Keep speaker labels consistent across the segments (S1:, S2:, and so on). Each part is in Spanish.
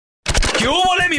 S1: ¿Qué hubo, le, mi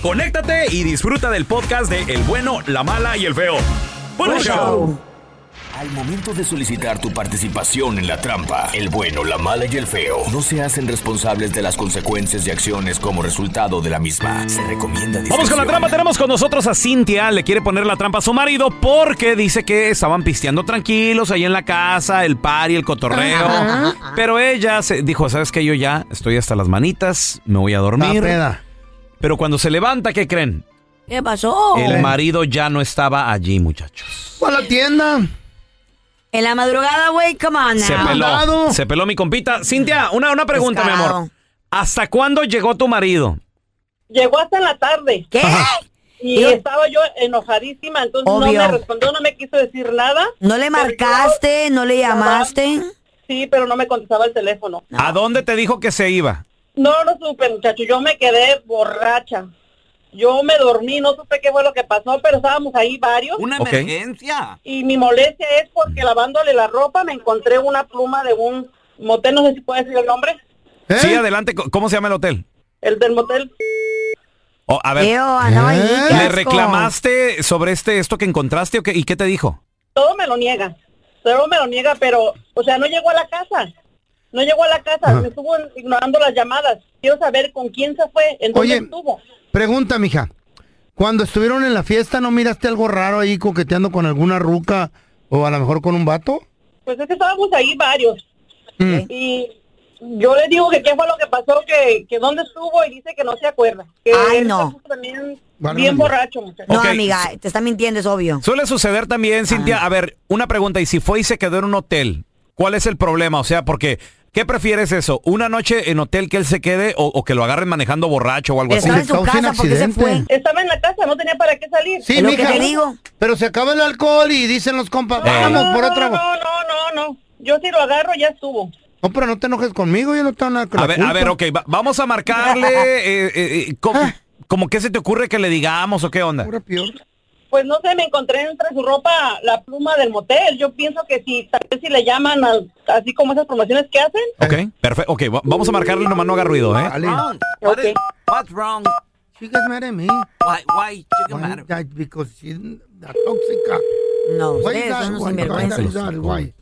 S1: conéctate y disfruta del podcast de El bueno, la mala y el feo. ¡Buen
S2: Buen
S1: show!
S2: show. Al momento de solicitar tu participación en la trampa, el bueno, la mala y el feo no se hacen responsables de las consecuencias y acciones como resultado de la misma. Se recomienda
S1: Vamos con la
S2: discreción.
S1: trampa. Tenemos con nosotros a Cintia. Le quiere poner la trampa a su marido porque dice que estaban pisteando tranquilos ahí en la casa, el par y el cotorreo.
S3: Ajá.
S1: Pero ella se dijo, ¿sabes qué? Yo ya estoy hasta las manitas, me voy a dormir.
S3: Está peda.
S1: Pero cuando se levanta, ¿qué creen?
S4: ¿Qué pasó?
S1: El marido ya no estaba allí, muchachos.
S3: ¿Cuál la tienda?
S4: En la madrugada, güey, come on
S1: Se
S4: now.
S1: peló. Se peló mi compita. Cintia, una, una pregunta, mi
S4: Pescado.
S1: amor. ¿Hasta cuándo llegó tu marido?
S5: Llegó hasta la tarde
S4: ¿Qué?
S5: y estaba yo enojadísima, entonces
S4: Obvio.
S5: no me respondió, no me quiso decir nada.
S4: ¿No le marcaste? ¿No le llamaste?
S5: Sí, pero no me contestaba el teléfono.
S1: ¿A dónde te dijo que se iba?
S5: No lo supe, muchacho, yo me quedé borracha. Yo me dormí, no supe qué fue lo que pasó, pero estábamos ahí varios.
S6: Una
S1: Ok.
S6: emergencia.
S5: Y mi molestia es porque lavándole la ropa me encontré una pluma de un motel, no sé si puedo decir el nombre,
S3: ¿Eh?
S1: Sí, adelante. co- ¿Cómo se llama el hotel?
S5: el del motel.
S1: Oh, a ver,
S4: Eo, andaba ahí,
S3: ¿Eh?
S4: qué
S1: ¿le
S4: asco.
S1: reclamaste sobre este esto que encontraste o qué- y qué te dijo?
S5: todo me lo niega, todo me lo niega, pero, o sea, no llegó a la casa, no llegó a la casa, me estuvo ignorando las llamadas, quiero saber con quién se fue, en dónde
S3: Oye.
S5: estuvo.
S3: Pregunta, mija. Cuando estuvieron en la fiesta, ¿no miraste algo raro ahí coqueteando con alguna ruca o a lo mejor con un vato?
S5: Pues es que estábamos ahí varios,
S3: Mm.
S5: y yo le digo que qué fue lo que pasó, que, que dónde estuvo, y dice que no se acuerda, que
S4: Ay,
S5: él
S4: no.
S5: está también
S3: Válgame
S5: bien
S3: Dios.
S5: borracho, muchacho.
S4: No,
S1: Ok.
S4: amiga, te está mintiendo, es obvio.
S1: Suele suceder
S4: Ah.
S1: también, Cintia. A ver, una pregunta. Y si fue y se quedó en un hotel, ¿cuál es el problema? O sea, porque, ¿qué prefieres eso? ¿Una noche en hotel que él se quede o, o que lo agarren manejando borracho o algo así?
S4: Estaba en su
S3: Causa un
S4: casa, ¿por qué se fue?
S3: accidente.
S5: Estaba en la casa, no tenía para qué salir.
S3: Sí,
S4: Es lo que
S3: mija.
S4: te digo.
S3: Pero se acaba el alcohol y dicen los compas,
S1: Eh.
S3: vamos por otra.
S5: No, no, no, no, no. yo si lo agarro ya estuvo.
S3: No, pero no te enojes conmigo, yo no tengo nada que
S1: A ver, a ver, ok, va- vamos a marcarle. eh, eh, eh, ¿cómo,
S3: Ah.
S1: cómo qué se te ocurre que le digamos o qué onda? ¿Eh?
S5: Pues no sé, me encontré entre su ropa la pluma del motel. Yo pienso que si tal vez si le llaman al- así como esas promociones que hacen.
S1: Ok, perfecto. Ok, va- vamos a marcarle, nomás no haga ruido, ¿eh?
S3: Vale.
S4: Ah.
S6: Wrong. What is- what's wrong?
S3: She gets mad at me.
S6: Why, why chicken
S3: Why
S6: matter?
S3: that? Because she's a tóxica.
S4: No,
S3: Why
S4: ustedes
S3: that?
S4: son unos
S3: Why that is
S4: sinvergüenzas.
S3: that? Why?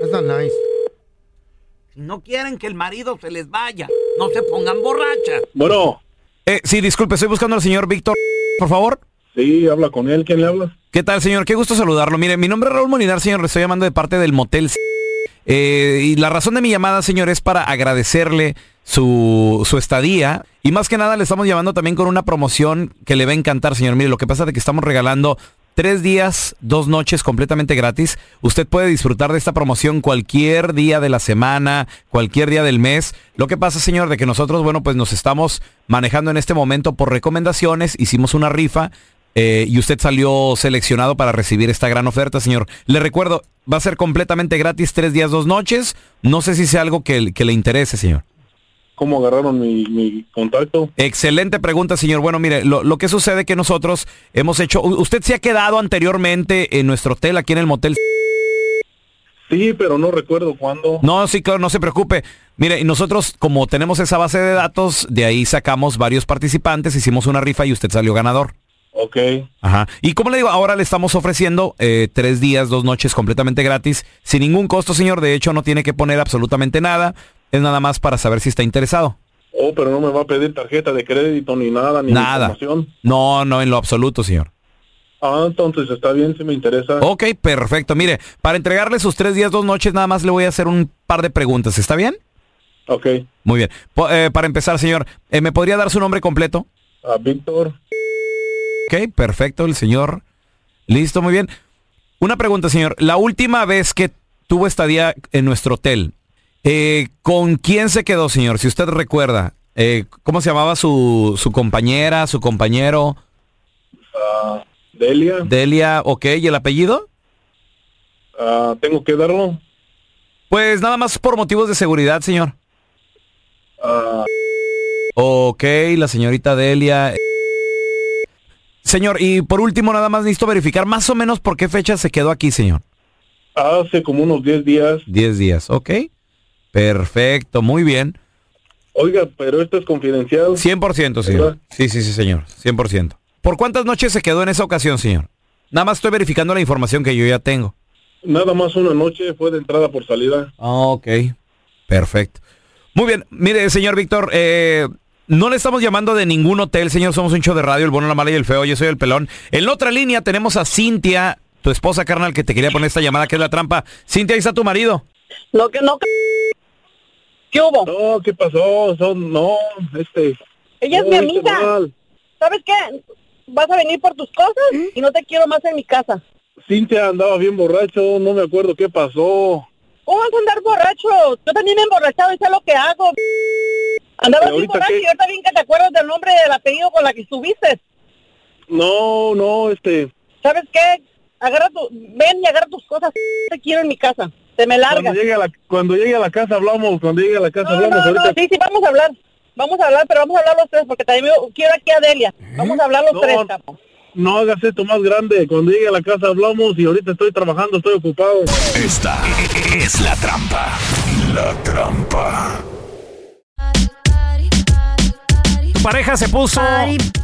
S3: That's not nice.
S6: No quieren que el marido se les vaya. No se pongan borrachas.
S7: Bueno,
S1: Eh, Sí, disculpe, estoy buscando al señor Víctor, por favor.
S7: sí, habla con él. ¿Quién le habla?
S1: ¿Qué tal, señor? Qué gusto saludarlo. Mire, mi nombre es Raúl Molinar, señor. Le estoy llamando de parte del motel. Eh, y la razón de mi llamada, señor, es para agradecerle su, su estadía. Y más que nada, le estamos llamando también con una promoción que le va a encantar, señor. Mire, lo que pasa es que estamos regalando tres días, dos noches completamente gratis. Usted puede disfrutar de esta promoción cualquier día de la semana, cualquier día del mes. Lo que pasa, señor, de que nosotros, bueno, pues nos estamos manejando en este momento por recomendaciones. Hicimos una rifa. Eh, y usted salió seleccionado para recibir esta gran oferta, señor. Le recuerdo, va a ser completamente gratis, tres días, dos noches. No sé si sea algo que, que le interese, señor.
S7: cómo agarraron mi, mi contacto.
S1: Excelente pregunta, señor. Bueno, mire, lo, lo que sucede que nosotros hemos hecho... u- Usted se ha quedado anteriormente en nuestro hotel, aquí en el motel.
S7: Sí, pero no recuerdo cuándo.
S1: No, sí, claro, no se preocupe. Mire, y nosotros como tenemos esa base de datos, de ahí sacamos varios participantes, hicimos una rifa y usted salió ganador.
S7: Ok.
S1: Ajá. Y como le digo, ahora le estamos ofreciendo eh, tres días, dos noches completamente gratis, sin ningún costo, señor. De hecho, no tiene que poner absolutamente nada. Es nada más para saber si está interesado.
S7: Oh, pero no me va a pedir tarjeta de crédito ni nada, ni
S1: Nada.
S7: información.
S1: No, no, en lo absoluto, señor.
S7: Ah, entonces está bien, si me interesa.
S1: Ok, perfecto. Mire, para entregarle sus tres días, dos noches, nada más le voy a hacer un par de preguntas. ¿Está bien?
S7: Ok.
S1: Muy bien. Po- eh, para empezar, señor, eh, ¿me podría dar su nombre completo?
S7: A Víctor,
S1: Ok, perfecto, el señor. Listo, muy bien. Una pregunta, señor. La última vez que tuvo estadía en nuestro hotel, eh, ¿con quién se quedó, señor? Si usted recuerda, eh, ¿cómo se llamaba su, su compañera, su compañero?
S7: ah, Delia,
S1: Delia, ok, ¿y el apellido?
S7: ah, ¿tengo que darlo?
S1: Pues nada más por motivos de seguridad, señor.
S7: Ah,
S1: Ok, la señorita Delia. Señor, y por último, nada más necesito verificar más o menos por qué fecha se quedó aquí, señor.
S7: hace como unos 10 días.
S1: 10 días, ok. Perfecto, muy bien.
S7: Oiga, pero esto es confidencial.
S1: 100%,
S7: ¿Verdad?
S1: señor. Sí, sí, sí, señor. 100%. ¿Por cuántas noches se quedó en esa ocasión, señor? Nada más estoy verificando la información que yo ya tengo.
S7: Nada más una noche fue de entrada por salida.
S1: ok. Perfecto. Muy bien. Mire, señor Víctor, eh, no le estamos llamando de ningún hotel, señor. Somos un show de radio, el bueno, la mala y el feo. Yo soy el pelón. En la otra línea tenemos a Cintia, tu esposa carnal, que te quería poner esta llamada, que es la trampa. Cintia, ahí está tu marido.
S5: No, que no. c- ¿Qué hubo?
S7: No, ¿qué pasó? Son, no, este...
S5: Ella es
S7: no,
S5: mi
S7: viste
S5: amiga.
S7: mal.
S5: ¿Sabes qué? Vas a venir por tus cosas
S7: ¿Mm?
S5: y no te quiero más en mi casa.
S7: Cintia andaba bien borracho, no me acuerdo qué pasó.
S5: ¿Cómo vas a andar borracho? Yo también me he emborrachado y sé lo que hago. Andaba
S7: Pero
S5: bien
S7: ahorita
S5: borracho
S7: qué-
S5: y ahorita bien que te acuerdas del nombre del apellido con la que estuviste.
S7: No, no, este,
S5: ¿Sabes qué? Agarra tu... Ven y agarra tus cosas. Te quiero en mi casa. Te me
S7: cuando
S5: largas.
S7: llegue, a la, cuando llegue a la casa hablamos, cuando llegue a la casa
S5: No,
S7: hablamos
S5: no, no,
S7: ahorita.
S5: sí, sí, vamos a hablar. Vamos a hablar, pero vamos a hablar los tres, porque también veo- quiero aquí a Delia. Vamos a hablar los
S7: No.
S5: tres, capo.
S7: No hagas esto más grande, cuando llegue a la casa hablamos y ahorita estoy trabajando, estoy ocupado.
S2: Esta es la trampa. La trampa.
S6: Tu pareja se puso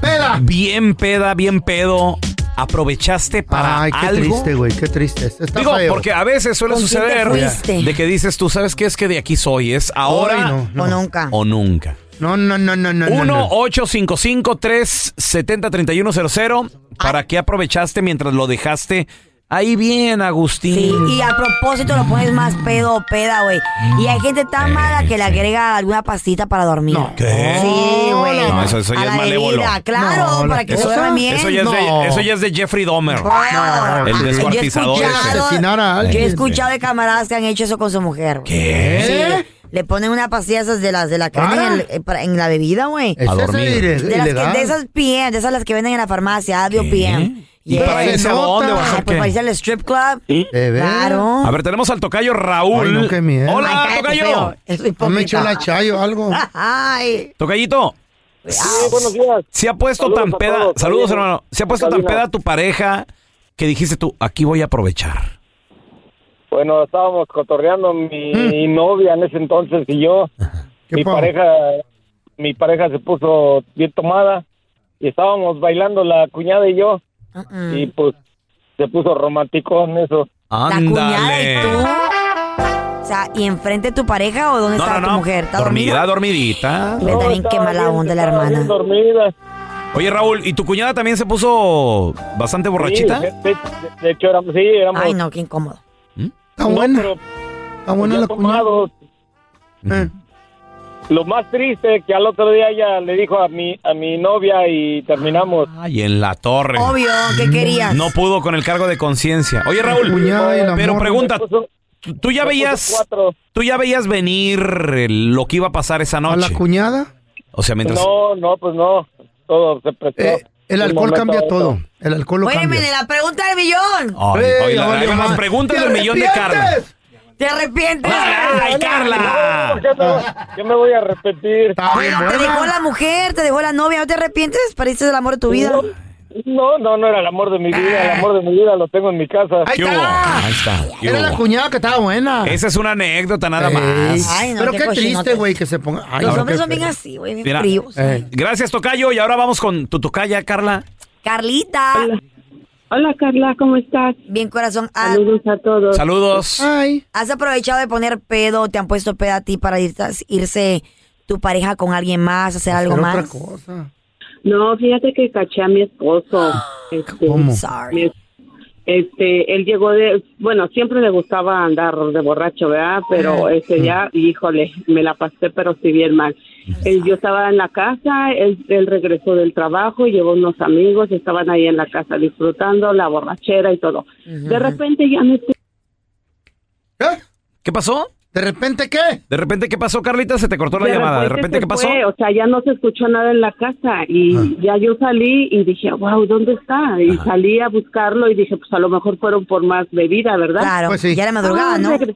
S3: ¡Pela!
S6: bien peda, bien pedo. Aprovechaste para
S3: Ay, qué
S6: algo.
S3: triste, güey, qué triste. Está
S6: Digo,
S3: feo.
S6: porque a veces suele
S4: ¿Con quién te
S6: suceder
S4: fuiste?
S6: de que dices tú, ¿sabes qué? Es que de aquí soy, es ahora
S3: Ay, no,
S4: O nunca.
S6: o nunca.
S3: No, no, no, no, no. no, no.
S6: 1-855-370-3100.
S4: Ah.
S6: ¿Para qué aprovechaste mientras lo dejaste ahí bien, Agustín?
S4: Sí, y a propósito lo pones más pedo o peda, güey. Y hay gente tan mala que le agrega alguna pastita para dormir.
S6: ¿Qué?
S4: Sí, güey.
S6: No, eso- eso ya
S4: A
S6: es
S4: la
S6: malévolo.
S4: bebida, claro,
S3: No,
S4: para
S3: la
S4: que
S3: cosa-
S4: duerma bien.
S6: Eso ya, es
S3: No.
S6: de, eso ya es de Jeffrey Dahmer.
S4: Ah,
S3: No,
S6: el
S4: ah, yo he
S6: descuartizador ese.
S4: escuchado-
S3: Asesinar a alguien.
S4: Yo he escuchado de camaradas que han hecho eso con su mujer. güey.
S3: ¿Eh?
S4: Sí, le ponen una pastilla esas de las de la que
S3: Ah.
S4: venden en, el- eh, para- en la bebida, güey.
S3: ¿Es
S6: A
S3: ese
S6: dormir.
S3: ile-
S4: De, las que-
S3: ilegal?
S4: de esas PM, de esas las que venden en la farmacia, Adio
S6: ¿Qué?
S4: PM.
S6: ¿Y para
S3: Se
S6: irse a
S3: nota.
S6: dónde? o a
S4: Ay,
S6: hacer
S4: pues
S6: qué?
S4: para irse al strip club.
S3: ¿De veras?
S4: Claro.
S6: A ver, tenemos al tocayo Raúl.
S3: Ay, no, qué miedo.
S6: Hola,
S4: Ay, cállate,
S6: tocayo.
S4: feo. Eso es
S3: No me echó
S4: hipócrita.
S3: la chayo o algo.
S4: Ay.
S6: Tocayito,
S7: buenos días.
S6: se ha puesto
S7: Saludos
S6: tan
S7: a
S6: peda.
S7: todos,
S6: saludos,
S7: Carlina.
S6: hermano. Se ha puesto
S7: Carlina.
S6: tan peda tu pareja que dijiste tú, aquí voy a aprovechar.
S7: Bueno, estábamos cotorreando mi novia en ese entonces y yo.
S3: ¿Qué
S7: mi
S3: pasó?
S7: pareja mi pareja se puso bien tomada y estábamos bailando la cuñada y yo
S4: Mm-mm.
S7: y pues se puso romántico en eso
S4: La cuñada y
S6: Ándale.
S4: tú. O sea, ¿y enfrente de tu pareja o dónde estaba tu mujer? ¿Está
S6: Dormida,
S4: dormida?
S6: dormidita.
S4: Ve también qué mala onda la hermana.
S7: dormida
S6: Oye, Raúl, ¿y tu cuñada también se puso bastante borrachita?
S7: Sí, de, de- de hecho éramos sí éramos
S4: Ay, no, qué incómodo.
S3: Está
S7: no,
S3: buena,
S7: pero
S3: está buena
S7: ya
S3: la cuñada.
S7: tomados.
S3: Eh.
S7: lo más triste que al otro día ella le dijo a mi a mi novia y terminamos
S4: Ah.
S6: Ay, en la torre.
S4: Obvio,
S3: Mm,
S4: ¿qué querías?
S6: No pudo con el cargo de conciencia. Oye,
S3: La
S6: Raúl,
S3: cuñada y la
S6: pero
S3: morra.
S6: pregunta,
S7: Me puso-
S6: ¿tú- ¿tú ya
S7: me puso
S6: veías
S7: cuatro.
S6: tú ya veías venir eh, lo que iba a pasar esa
S3: ¿A la
S6: noche?
S3: cuñada?
S6: O sea, mientras...
S7: no no pues no todo se prestó
S3: Eh, el
S7: De un
S3: alcohol
S7: momento a
S3: cambia
S7: otro.
S3: todo. El alcohol lo
S4: Óyeme, de
S3: cambia.
S4: la pregunta del millón.
S6: Ay,
S3: Ey,
S6: oye, la-
S3: ya valió
S6: las
S3: madre.
S6: preguntas
S3: ¿Te
S6: del millón de carne.
S3: arrepientes?
S4: ¿Te arrepientes?
S1: ¡Ay,
S4: Ah.
S1: Carla!
S8: Yo no- yo me voy a arrepentir.
S3: Está bien
S4: Bueno, te
S3: buena.
S4: dejó la mujer, te dejó la novia, ¿no te arrepientes? Pareces el amor de tu vida.
S8: No, no, no era el amor de mi vida. El amor de mi vida lo tengo en mi casa.
S3: Ahí
S1: ¿Qué hubo?
S3: está.
S1: Ahí está. ¿Qué
S3: Era
S1: hubo?
S3: la cuñada que estaba buena.
S1: Esa es una anécdota nada
S3: Ey.
S1: más.
S4: Ay, no,
S3: Pero
S4: qué
S3: qué triste,
S4: cochinote.
S3: güey, que se ponga. Ay,
S4: Los
S3: no,
S4: hombres
S3: qué
S4: son bien
S3: feo.
S4: así, güey, bien
S1: Mira. eh.
S4: fríos.
S3: Ey.
S1: Gracias, Tocayo. Y ahora vamos con tu tocaya, Carla.
S4: Carlita,
S9: Hola Carla, ¿cómo estás?
S4: bien corazón. ah,
S9: Saludos a todos.
S1: Saludos.
S3: Ay.
S4: ¿Has aprovechado de poner pedo? ¿Te han puesto pedo a ti para irte- irse tu pareja con alguien más, hacer algo
S3: Era
S4: más?
S3: otra cosa.
S9: No, fíjate que caché a mi esposo. Este,
S3: ¿Cómo?
S4: Sorry.
S9: mi- este, él llegó de, bueno, siempre le gustaba andar de borracho, ¿verdad? Pero este ya, híjole, me la pasé, pero sí bien mal. Él- yo estaba en la casa, él, él regresó del trabajo, llevó unos amigos, estaban ahí en la casa disfrutando la borrachera y todo. De repente ya me
S3: ¿Qué?
S1: ¿Qué pasó?
S3: ¿De repente qué?
S1: De repente, ¿qué pasó, Carlita? Se te cortó la
S9: De
S1: llamada. De repente,
S9: se
S1: ¿qué pasó? Ah.
S9: fue, o sea, ya no se escuchó nada en la casa y ya yo salí y dije, wow, ¿dónde está? Y salí a buscarlo y dije, pues a lo mejor fueron por más bebida, ¿verdad?
S4: Claro,
S3: Pues sí.
S4: ya era
S9: Ah,
S4: madrugada, ¿no?
S9: regre-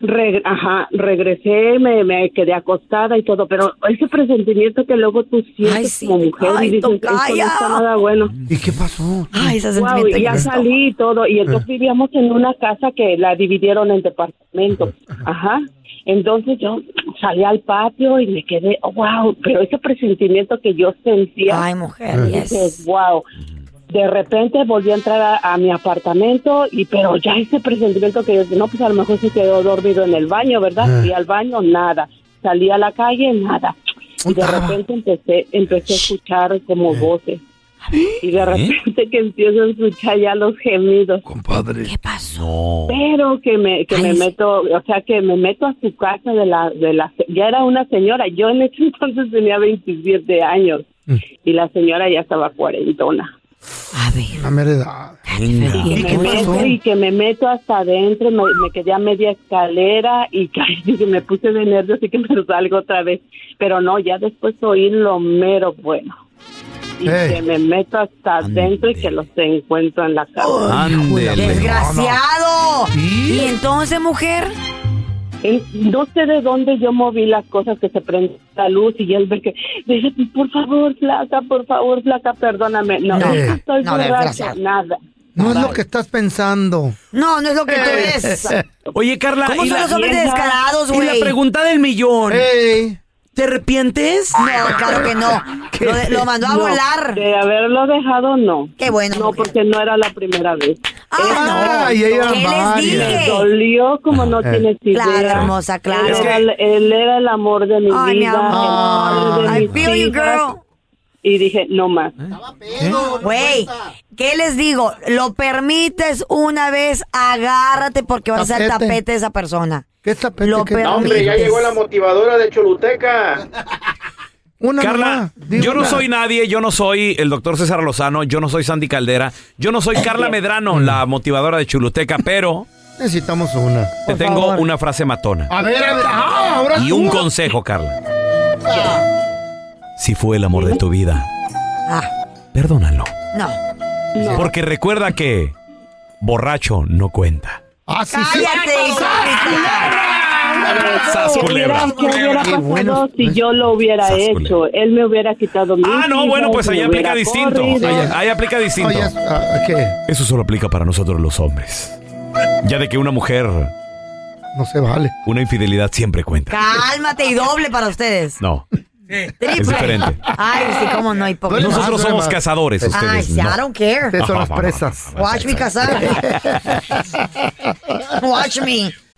S9: regre- Ajá, regresé, me, me quedé acostada y todo, pero ese presentimiento que luego tú sientes
S4: Ay, sí.
S9: como mujer
S4: Ay,
S9: y dices, esto no
S4: tocaya.
S9: está nada bueno.
S3: ¿Y qué pasó?
S4: Ay, ese
S9: Wow,
S4: sentimiento.
S9: y ya
S4: que-
S9: salí y todo, y entonces vivíamos en una casa que la dividieron en departamentos, ajá. Entonces yo salí al patio y me quedé, oh, wow, pero ese presentimiento que yo sentía,
S4: Ay, mujer,
S9: dije,
S4: yes.
S9: wow. De repente volví a entrar a, a mi apartamento y pero ya ese presentimiento que yo dije, no, pues a lo mejor se quedó dormido en el baño, ¿verdad? Fui al baño, nada. Salí a la calle, nada. Y de
S3: Estaba.
S9: repente empecé, empecé a escuchar como voces. Y de repente que empiezo a escuchar ya los gemidos.
S4: ¿Qué pasó?
S9: Pero que me, que me
S4: Ay.
S9: meto, o sea, que me meto a su casa de la, de la, ya era una señora. Yo en ese entonces tenía 27 años. Y la señora ya estaba cuarentona.
S4: A ver.
S3: La mera edad.
S4: ¿Y
S9: Y
S4: qué
S9: me
S4: pasó?
S9: meto, y que me meto hasta adentro, me, me quedé a media escalera y casi que me puse de nervios y que me salgo otra vez. Pero no, ya después oí lo mero bueno. Y
S3: Ey.
S9: que me meto
S4: Ah,
S9: hasta adentro y que los encuentro en la casa.
S1: Ándele.
S4: ¡Desgraciado! ¿Y entonces, mujer?
S9: Él- no sé de dónde yo moví las cosas que se prende la luz y él ve que dice, por favor, flaca, por favor, flaca, perdóname. No,
S4: No,
S9: no, estoy
S4: no,
S9: borracha,
S4: desgraciado.
S9: nada.
S3: No es lo que estás pensando.
S4: No, no es lo que tú eres.
S1: Oye, Carla.
S4: ¿Cómo
S1: y
S4: son
S1: la-
S4: los hombres
S9: vieja-
S4: descarados,
S1: y la
S4: güey?
S1: pregunta del millón.
S3: Ey.
S1: ¿Te arrepientes?
S4: No, claro que no. Lo, de- lo mandó a
S9: No,
S4: volar.
S9: De haberlo dejado, no.
S4: Qué bueno,
S9: No,
S4: mujer.
S9: porque no era la primera vez.
S4: ¡Ah,
S3: Ay, ella
S4: no! ¿Qué les
S3: varias.
S9: Me
S4: dije?
S9: dolió como
S1: Eh,
S9: no tienes idea.
S4: Claro, hermosa, claro.
S9: Él era, el- él era el amor de mi
S4: Ay, mi
S9: vida,
S4: amor.
S9: el padre de
S4: I
S9: mis
S4: feel you,
S9: hijas,
S4: girl.
S9: Y dije, no más.
S1: Eh,
S4: Güey, ¿qué les digo? Lo permites una vez, agárrate porque vas a ser
S3: Tapete.
S4: tapete de esa persona.
S3: ¿Qué está pensando?
S4: Lo permites.
S10: motivadora de Choluteca.
S3: Una
S1: Carla,
S3: nomás. Digo,
S1: yo no
S3: una.
S1: soy nadie, yo no soy el doctor César Lozano, yo no soy Sandy Caldera, yo no soy Carla Medrano, la motivadora de Chuluteca, pero
S3: Necesitamos una.
S1: te
S3: Por
S1: tengo
S3: favor.
S1: una frase matona
S3: A ver, a ver. Ah, ahora
S1: y
S3: tú.
S1: un consejo, Carla. Si fue el amor de tu vida,
S4: Ah,
S1: perdónalo,
S4: no.
S1: porque recuerda que borracho no cuenta.
S3: Ah, sí, sí.
S4: Cállate, hipócrita.
S1: Sas
S9: ¿Qué
S1: culebra.
S9: hubiera, qué hubiera
S3: Qué
S9: pasado
S3: bueno. pues,
S9: si yo lo hubiera
S1: eh? Sas
S9: hecho?
S1: culebra.
S9: Él me hubiera quitado mi
S1: Ah, no, bueno, pues ahí aplica distinto.
S3: Allá.
S1: Ahí aplica distinto.
S3: Oye, ah, ¿qué?
S1: Eso solo aplica para nosotros los hombres. Ya de que una mujer,
S3: No se vale.
S1: una infidelidad siempre cuenta.
S4: Cálmate y doble para ustedes.
S1: No,
S4: Triple.
S1: es diferente.
S4: Ay, sí, cómo no, hipócrita.
S3: Duele más.
S1: Nosotros somos
S3: además.
S1: cazadores,
S4: Ay,
S1: ustedes
S4: sí,
S1: no. Ah,
S4: I don't care.
S3: Ustedes son las presas.
S4: Watch me casar. Watch me.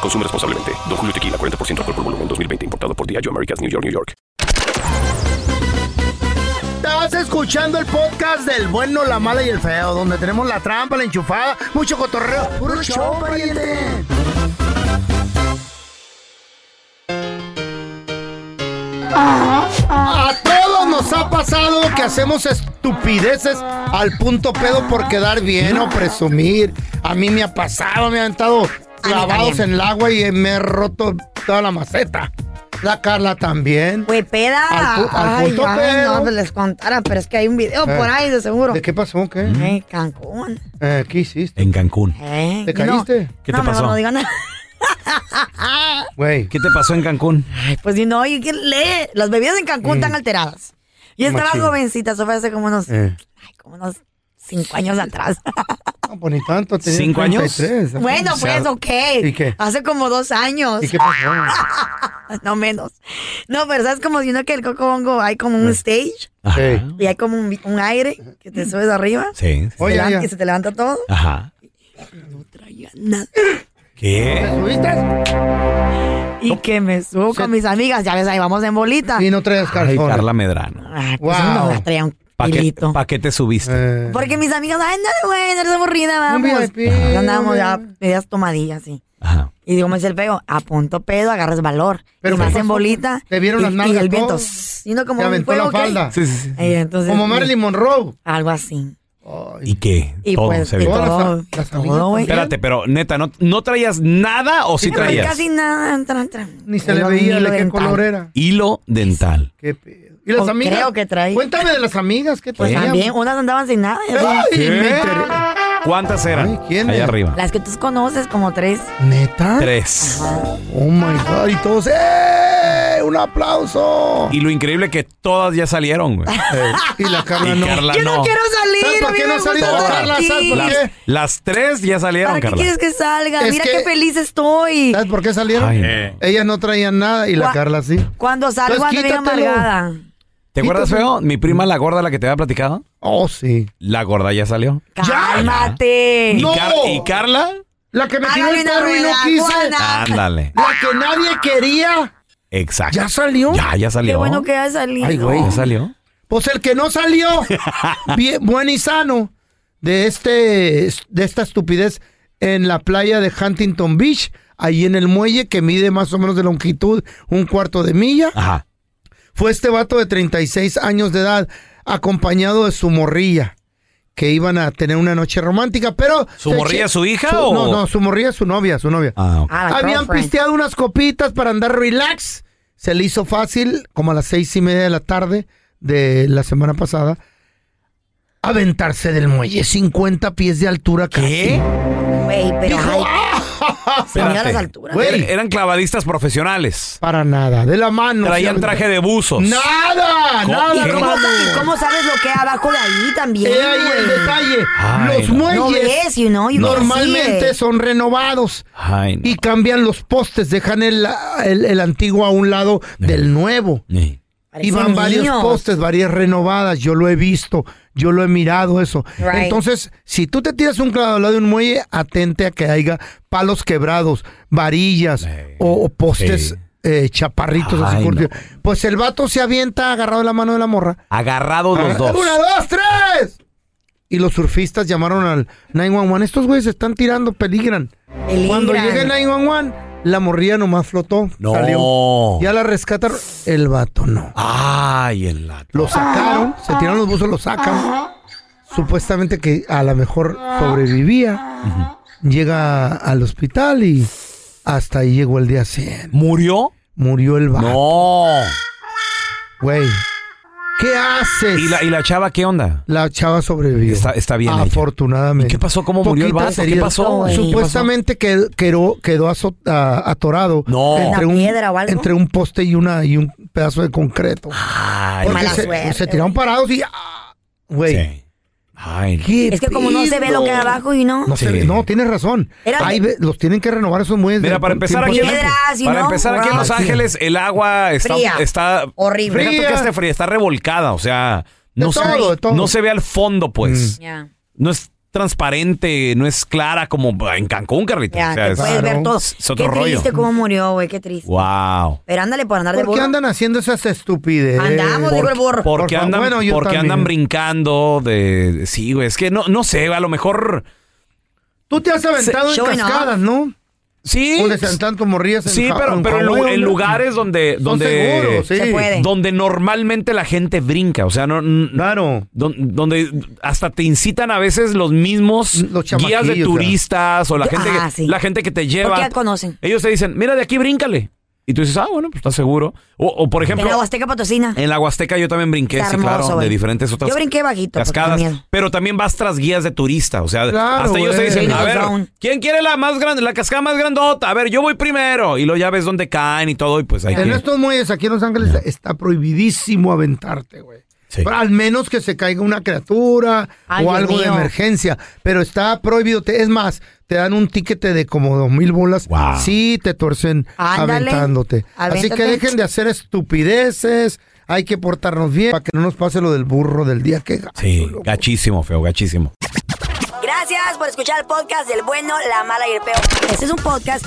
S11: Consume responsablemente. Don Julio Tequila, 40% alcohol por volumen, 2020. Importado por Diageo Americas, New York, New York.
S3: Estás escuchando el podcast del bueno, la mala y el feo, donde tenemos la trampa, la enchufada, mucho cotorreo. ¡Puro show, pariente! A todos nos ha pasado que hacemos estupideces al punto pedo por quedar bien o presumir. A mí me ha pasado, me ha aventado clavados en el agua y me he roto toda la maceta. La Carla también.
S4: Güey, peda.
S3: Al pu- al punto
S4: ay,
S3: pedo.
S4: no, pues les contara, pero es que hay un video
S3: Eh.
S4: por ahí, de seguro.
S3: ¿De qué pasó? ¿Qué?
S4: Ay, Cancún.
S3: Eh, ¿Qué hiciste?
S1: En Cancún.
S4: Eh,
S3: ¿Te
S4: yo no-
S3: caíste? ¿Qué
S4: no,
S3: te
S4: mejor
S3: pasó?
S4: no digo nada.
S3: Güey.
S1: ¿Qué te pasó en Cancún?
S4: Pues si no, y que lee. Las bebidas en Cancún están alteradas. Yo
S3: Mm.
S4: estaba
S3: Machín.
S4: jovencita, eso fue hace como unos,
S3: Eh.
S4: ay, como unos cinco años atrás.
S3: No, pues ni tanto. tenía
S1: ¿Cinco años?
S3: 33.
S4: bueno,
S3: O sea,
S4: pues, ok.
S3: ¿Y qué?
S4: Hace como dos años.
S3: ¿Y qué pasó?
S4: no menos. No, pero sabes como si uno que el Coco Bongo hay como
S3: Eh.
S4: un stage
S3: Sí.
S4: y hay como un, un aire que te subes arriba.
S1: Sí.
S4: se levanta- y se te levanta todo.
S1: Ajá.
S4: Nada.
S1: ¿Qué?
S4: Y que me subo con mis amigas, ya ves, ahí vamos en bolita. Ah,
S3: Y no traes
S1: Ay,
S3: calzones.
S1: Carla Medrano.
S4: no, traía un
S1: ¿Para qué, pa' qué te subiste?
S4: Porque mis amigas, ay, no, güey, no eres aburrida,
S3: Un
S4: vamos.
S3: VIP,
S4: Y
S3: un
S4: andábamos ya medias tomadillas, sí.
S1: Ajá.
S4: Y digo, me dice el peo, a punto pedo, agarras valor.
S3: Pero
S4: Pero más
S3: ¿qué
S4: en
S3: pasó?
S4: bolita.
S3: Te vieron
S4: y,
S3: las
S4: Y
S3: nalgas,
S4: el viento,
S3: todo.
S4: sino como
S3: Te
S4: un
S3: aventó
S4: fuego
S3: la falda.
S1: Sí, sí, sí.
S4: Y entonces,
S3: Como Marilyn Monroe.
S4: Algo así.
S1: ¿Y qué?
S4: Y
S1: Todo
S4: pues,
S1: se
S4: y
S1: vio.
S4: todo, todo, güey.
S1: Espérate, pero neta, ¿no, no traías nada o sí
S4: No,
S1: traías?
S4: Casi nada, entra, entra.
S3: Ni se le
S4: Era un
S3: veía
S4: hilo
S3: de qué
S4: dental.
S3: color era.
S1: Hilo dental.
S3: Qué pedo. ¿Y las
S4: O
S3: amigas?
S4: Oh, creo que traía.
S3: Cuéntame de las amigas que
S4: Pues
S3: traían.
S4: también, unas andaban sin nada. y
S3: Ay,
S4: otras-
S1: ¿Qué?
S3: me inter-
S1: ¿Cuántas eran?
S3: Ay, ¿quién
S1: Allá
S3: es?
S1: arriba.
S4: Las que tú conoces, como tres.
S3: ¿Neta?
S1: Tres.
S3: Oh my God. Y todos, ¡eh! ¡Un aplauso!
S1: Y lo increíble que todas ya salieron, güey.
S3: Eh, y la Carla
S1: Y
S3: no.
S1: Carla
S4: Yo no,
S1: no.
S4: quiero salir.
S3: ¿Sabes por
S4: a mí
S3: qué
S4: me
S3: no ha
S4: gusta
S3: salido
S4: estar
S3: Carla?
S4: aquí.
S3: ¿Sabes por
S1: Las,
S3: qué?
S1: las tres ya salieron,
S4: ¿Para qué
S1: Carla.
S4: quieres que salga?
S3: Es
S4: Mira
S3: que-
S4: qué feliz estoy.
S3: ¿Sabes por qué salieron?
S1: Ay,
S3: Eh. Ellas no traían nada y la
S4: Gua-
S3: Carla sí.
S4: Cuando salgo
S3: Entonces,
S4: ando bien
S3: quítatelo.
S4: amargada.
S1: ¿Te acuerdas, feo? Mi prima, la gorda, la que te había platicado.
S3: Oh, sí.
S1: La gorda ya salió.
S4: ¡Cálmate!
S1: ¿Y,
S3: No.
S1: ¿y Carla?
S3: La que me tiró
S4: Hágale
S3: el
S4: una
S3: carro y no
S4: rueda,
S3: quise.
S4: Juana.
S1: Ándale.
S3: La que nadie quería.
S1: Exacto.
S3: ¿Ya salió?
S1: Ya, ya salió.
S4: Qué bueno que haya salido.
S3: Ay, güey.
S1: Ya salió.
S3: Pues el que no salió, bien, buen y sano, de, este, de esta estupidez en la playa de Huntington Beach, ahí en el muelle que mide más o menos de longitud un cuarto de milla,
S1: Ajá.
S3: fue este vato de 36 años de edad, acompañado de su morrilla, que iban a tener una noche romántica, pero...
S1: ¿Su
S3: se
S1: morrilla,
S3: eche-
S1: su hija
S3: su-
S1: o-
S3: No, no, su morrilla, su novia, su novia.
S1: Ah, ok.
S4: Ah, la
S3: Habían
S4: girlfriend.
S3: pisteado unas copitas para andar relax. Se le hizo fácil, como a las seis y media de la tarde de la semana pasada, aventarse del muelle. 50 pies de altura
S1: ¿Qué?
S4: Güey, pero ay, se me dio a las
S1: Espérate.
S4: alturas.
S3: "Ah, Güey.
S1: Er- Eran clavadistas profesionales.
S3: casi. Para nada. De la mano.
S1: Traían
S3: se aventó.
S1: traje de buzos.
S3: ¡Nada!
S1: ¿Cómo?
S3: ¡Nada!
S4: ¿Y
S1: ¿Qué?
S4: cómo,
S3: compadre.
S4: y cómo sabes lo que hay abajo de ahí también?
S3: He ahí el
S4: güey?
S3: detalle.
S1: Ay,
S3: los
S1: no.
S3: muelles
S4: No ves, you know, you don't
S3: normalmente
S4: see it.
S3: son renovados.
S1: Ay, no.
S3: Y cambian los postes, dejan el, el- el antiguo a un lado del nuevo.
S1: Sí.
S3: Y
S4: Parecen
S3: van varios
S4: niños.
S3: postes, varias renovadas. Yo lo he visto, yo lo he mirado eso.
S4: Right.
S3: Entonces, si tú te tiras un clavado al lado de un muelle, atente a que haya palos quebrados, varillas
S1: Eh,
S3: o, o postes
S1: sí.
S3: eh, chaparritos. así
S1: Ay,
S3: curtidos. Pues el vato se avienta agarrado de la mano de la morra.
S1: Agarrados los dos.
S3: Ah, ¡Una, dos, tres! Y los surfistas llamaron al 911. Estos güeyes se están tirando, peligran.
S4: Peligran.
S3: Cuando llega el 911, la morrilla nomás flotó.
S1: No.
S3: Salió. Ya la rescataron. El vato no.
S1: Ay, el lato.
S3: Lo sacaron, se tiraron los buzos, lo sacan. Supuestamente que a lo mejor sobrevivía. Llega al hospital y hasta ahí llegó el día 100.
S1: ¿Murió?
S3: Murió el vato,
S1: No.
S3: güey. ¿Qué haces?
S1: ¿Y
S3: la,
S1: la, ¿Y la chava qué onda?
S3: chava sobrevivió.
S1: Está- está bien ella.
S3: Afortunadamente.
S1: ¿Y qué pasó? ¿Cómo murió el
S3: Poquitas
S1: vato? ¿Qué
S3: heridas.
S1: pasó, güey? ¿Qué
S3: Supuestamente que- quedó, quedó aso- a- atorado
S1: No.
S3: entre,
S4: ¿Una
S3: un,
S4: piedra o algo?
S3: entre un poste y, una, y un pedazo de concreto.
S1: Ay,
S3: Porque
S4: mala
S3: se,
S4: suerte,
S3: se tiraron
S4: güey.
S3: parados y... ah, Güey,
S1: sí. Ay,
S4: Es que como no se ve lo que hay abajo y no.
S3: No, se- no, tienes razón.
S4: Era-
S3: Ahí ve- los tienen que renovar esos muelles.
S1: Mira,
S3: de-
S1: para empezar
S3: tiempo
S1: aquí,
S3: a
S1: en-
S3: tiempo.
S4: Piedras, y
S1: para
S4: no,
S1: empezar aquí en
S4: wow.
S1: Los Ángeles, el agua está,
S4: Fría.
S1: está
S4: Horrible.
S1: Deja tú que esté fría, está revolcada, o sea,
S4: De
S1: no se,
S4: todo, de todo.
S1: no se ve al fondo, pues.
S4: Ya.
S3: Mm.
S1: No es transparente, no es clara como en Cancún, Carlita.
S4: Ya,
S1: o sea,
S4: que
S1: es,
S4: puedes ver todo.
S1: es otro
S4: Qué
S1: rollo.
S4: triste cómo murió, güey, qué triste.
S1: Wow.
S4: Pero ándale por andar de
S3: ¿Por qué
S4: burro.
S3: andan haciendo esas
S1: Eh,
S3: estupideces?
S4: Andamos, digo el burro.
S1: Porque
S3: Por fa-
S1: andan,
S3: bueno, yo
S1: porque
S3: también.
S1: andan brincando de. Sí, güey. Es que no, no sé, a lo mejor.
S3: Tú te has aventado
S1: Se-
S3: en
S1: showing off.
S3: cascadas, ¿no?
S1: Sí.
S3: O de tanto morrías en
S1: Sí,
S3: Ja-
S1: pero,
S3: en
S1: pero en, lu-
S3: Hawái,
S1: en
S3: ¿no?
S1: lugares donde.
S3: Son
S1: donde
S3: seguros, sí. Se puede.
S1: Donde normalmente la gente brinca. O sea, no.
S3: Claro.
S1: Donde hasta te incitan a veces los mismos guías de
S3: chamaquillos,
S1: turistas o la gente,
S4: Ah,
S1: que,
S4: sí.
S1: la gente que te lleva.
S4: Porque ya conocen.
S1: Ellos te dicen, mira, de aquí bríncale. Y tú dices, ah, bueno, pues estás seguro. O, o, por ejemplo. Eh.
S4: En la Huasteca patrocina.
S1: En la Huasteca yo también brinqué,
S4: Está
S1: sí,
S4: hermoso,
S1: claro, de
S4: güey.
S1: diferentes otras
S4: Yo brinqué bajito. porque
S1: cascadas.
S4: tenía miedo.
S1: Pero también vas tras guías de turista, o sea,
S4: Claro,
S1: hasta ellos te
S4: güey.
S1: dicen, a ver,
S4: Zone.
S1: ¿quién quiere la más grande, la cascada más grandota? A ver, yo voy primero y luego ya ves dónde caen y todo y pues hay
S3: En
S1: que...
S3: estos muelles aquí en Los Ángeles está prohibidísimo aventarte, güey. Pero Al menos que se caiga una criatura
S1: Ay,
S3: o
S1: Dios
S3: algo de
S1: mío.
S3: emergencia. Pero está prohibido. Te- Es más, te dan un tiquete de como dos mil bolas si te tuercen
S4: Ándale.
S3: aventándote. Así que
S4: Avéntate.
S3: dejen de hacer estupideces. Hay que portarnos bien para que no nos pase lo del burro del día que...
S1: Sí, gachísimo, feo, gachísimo.
S4: Gracias por escuchar el podcast del bueno, la mala y el peo. Este es un podcast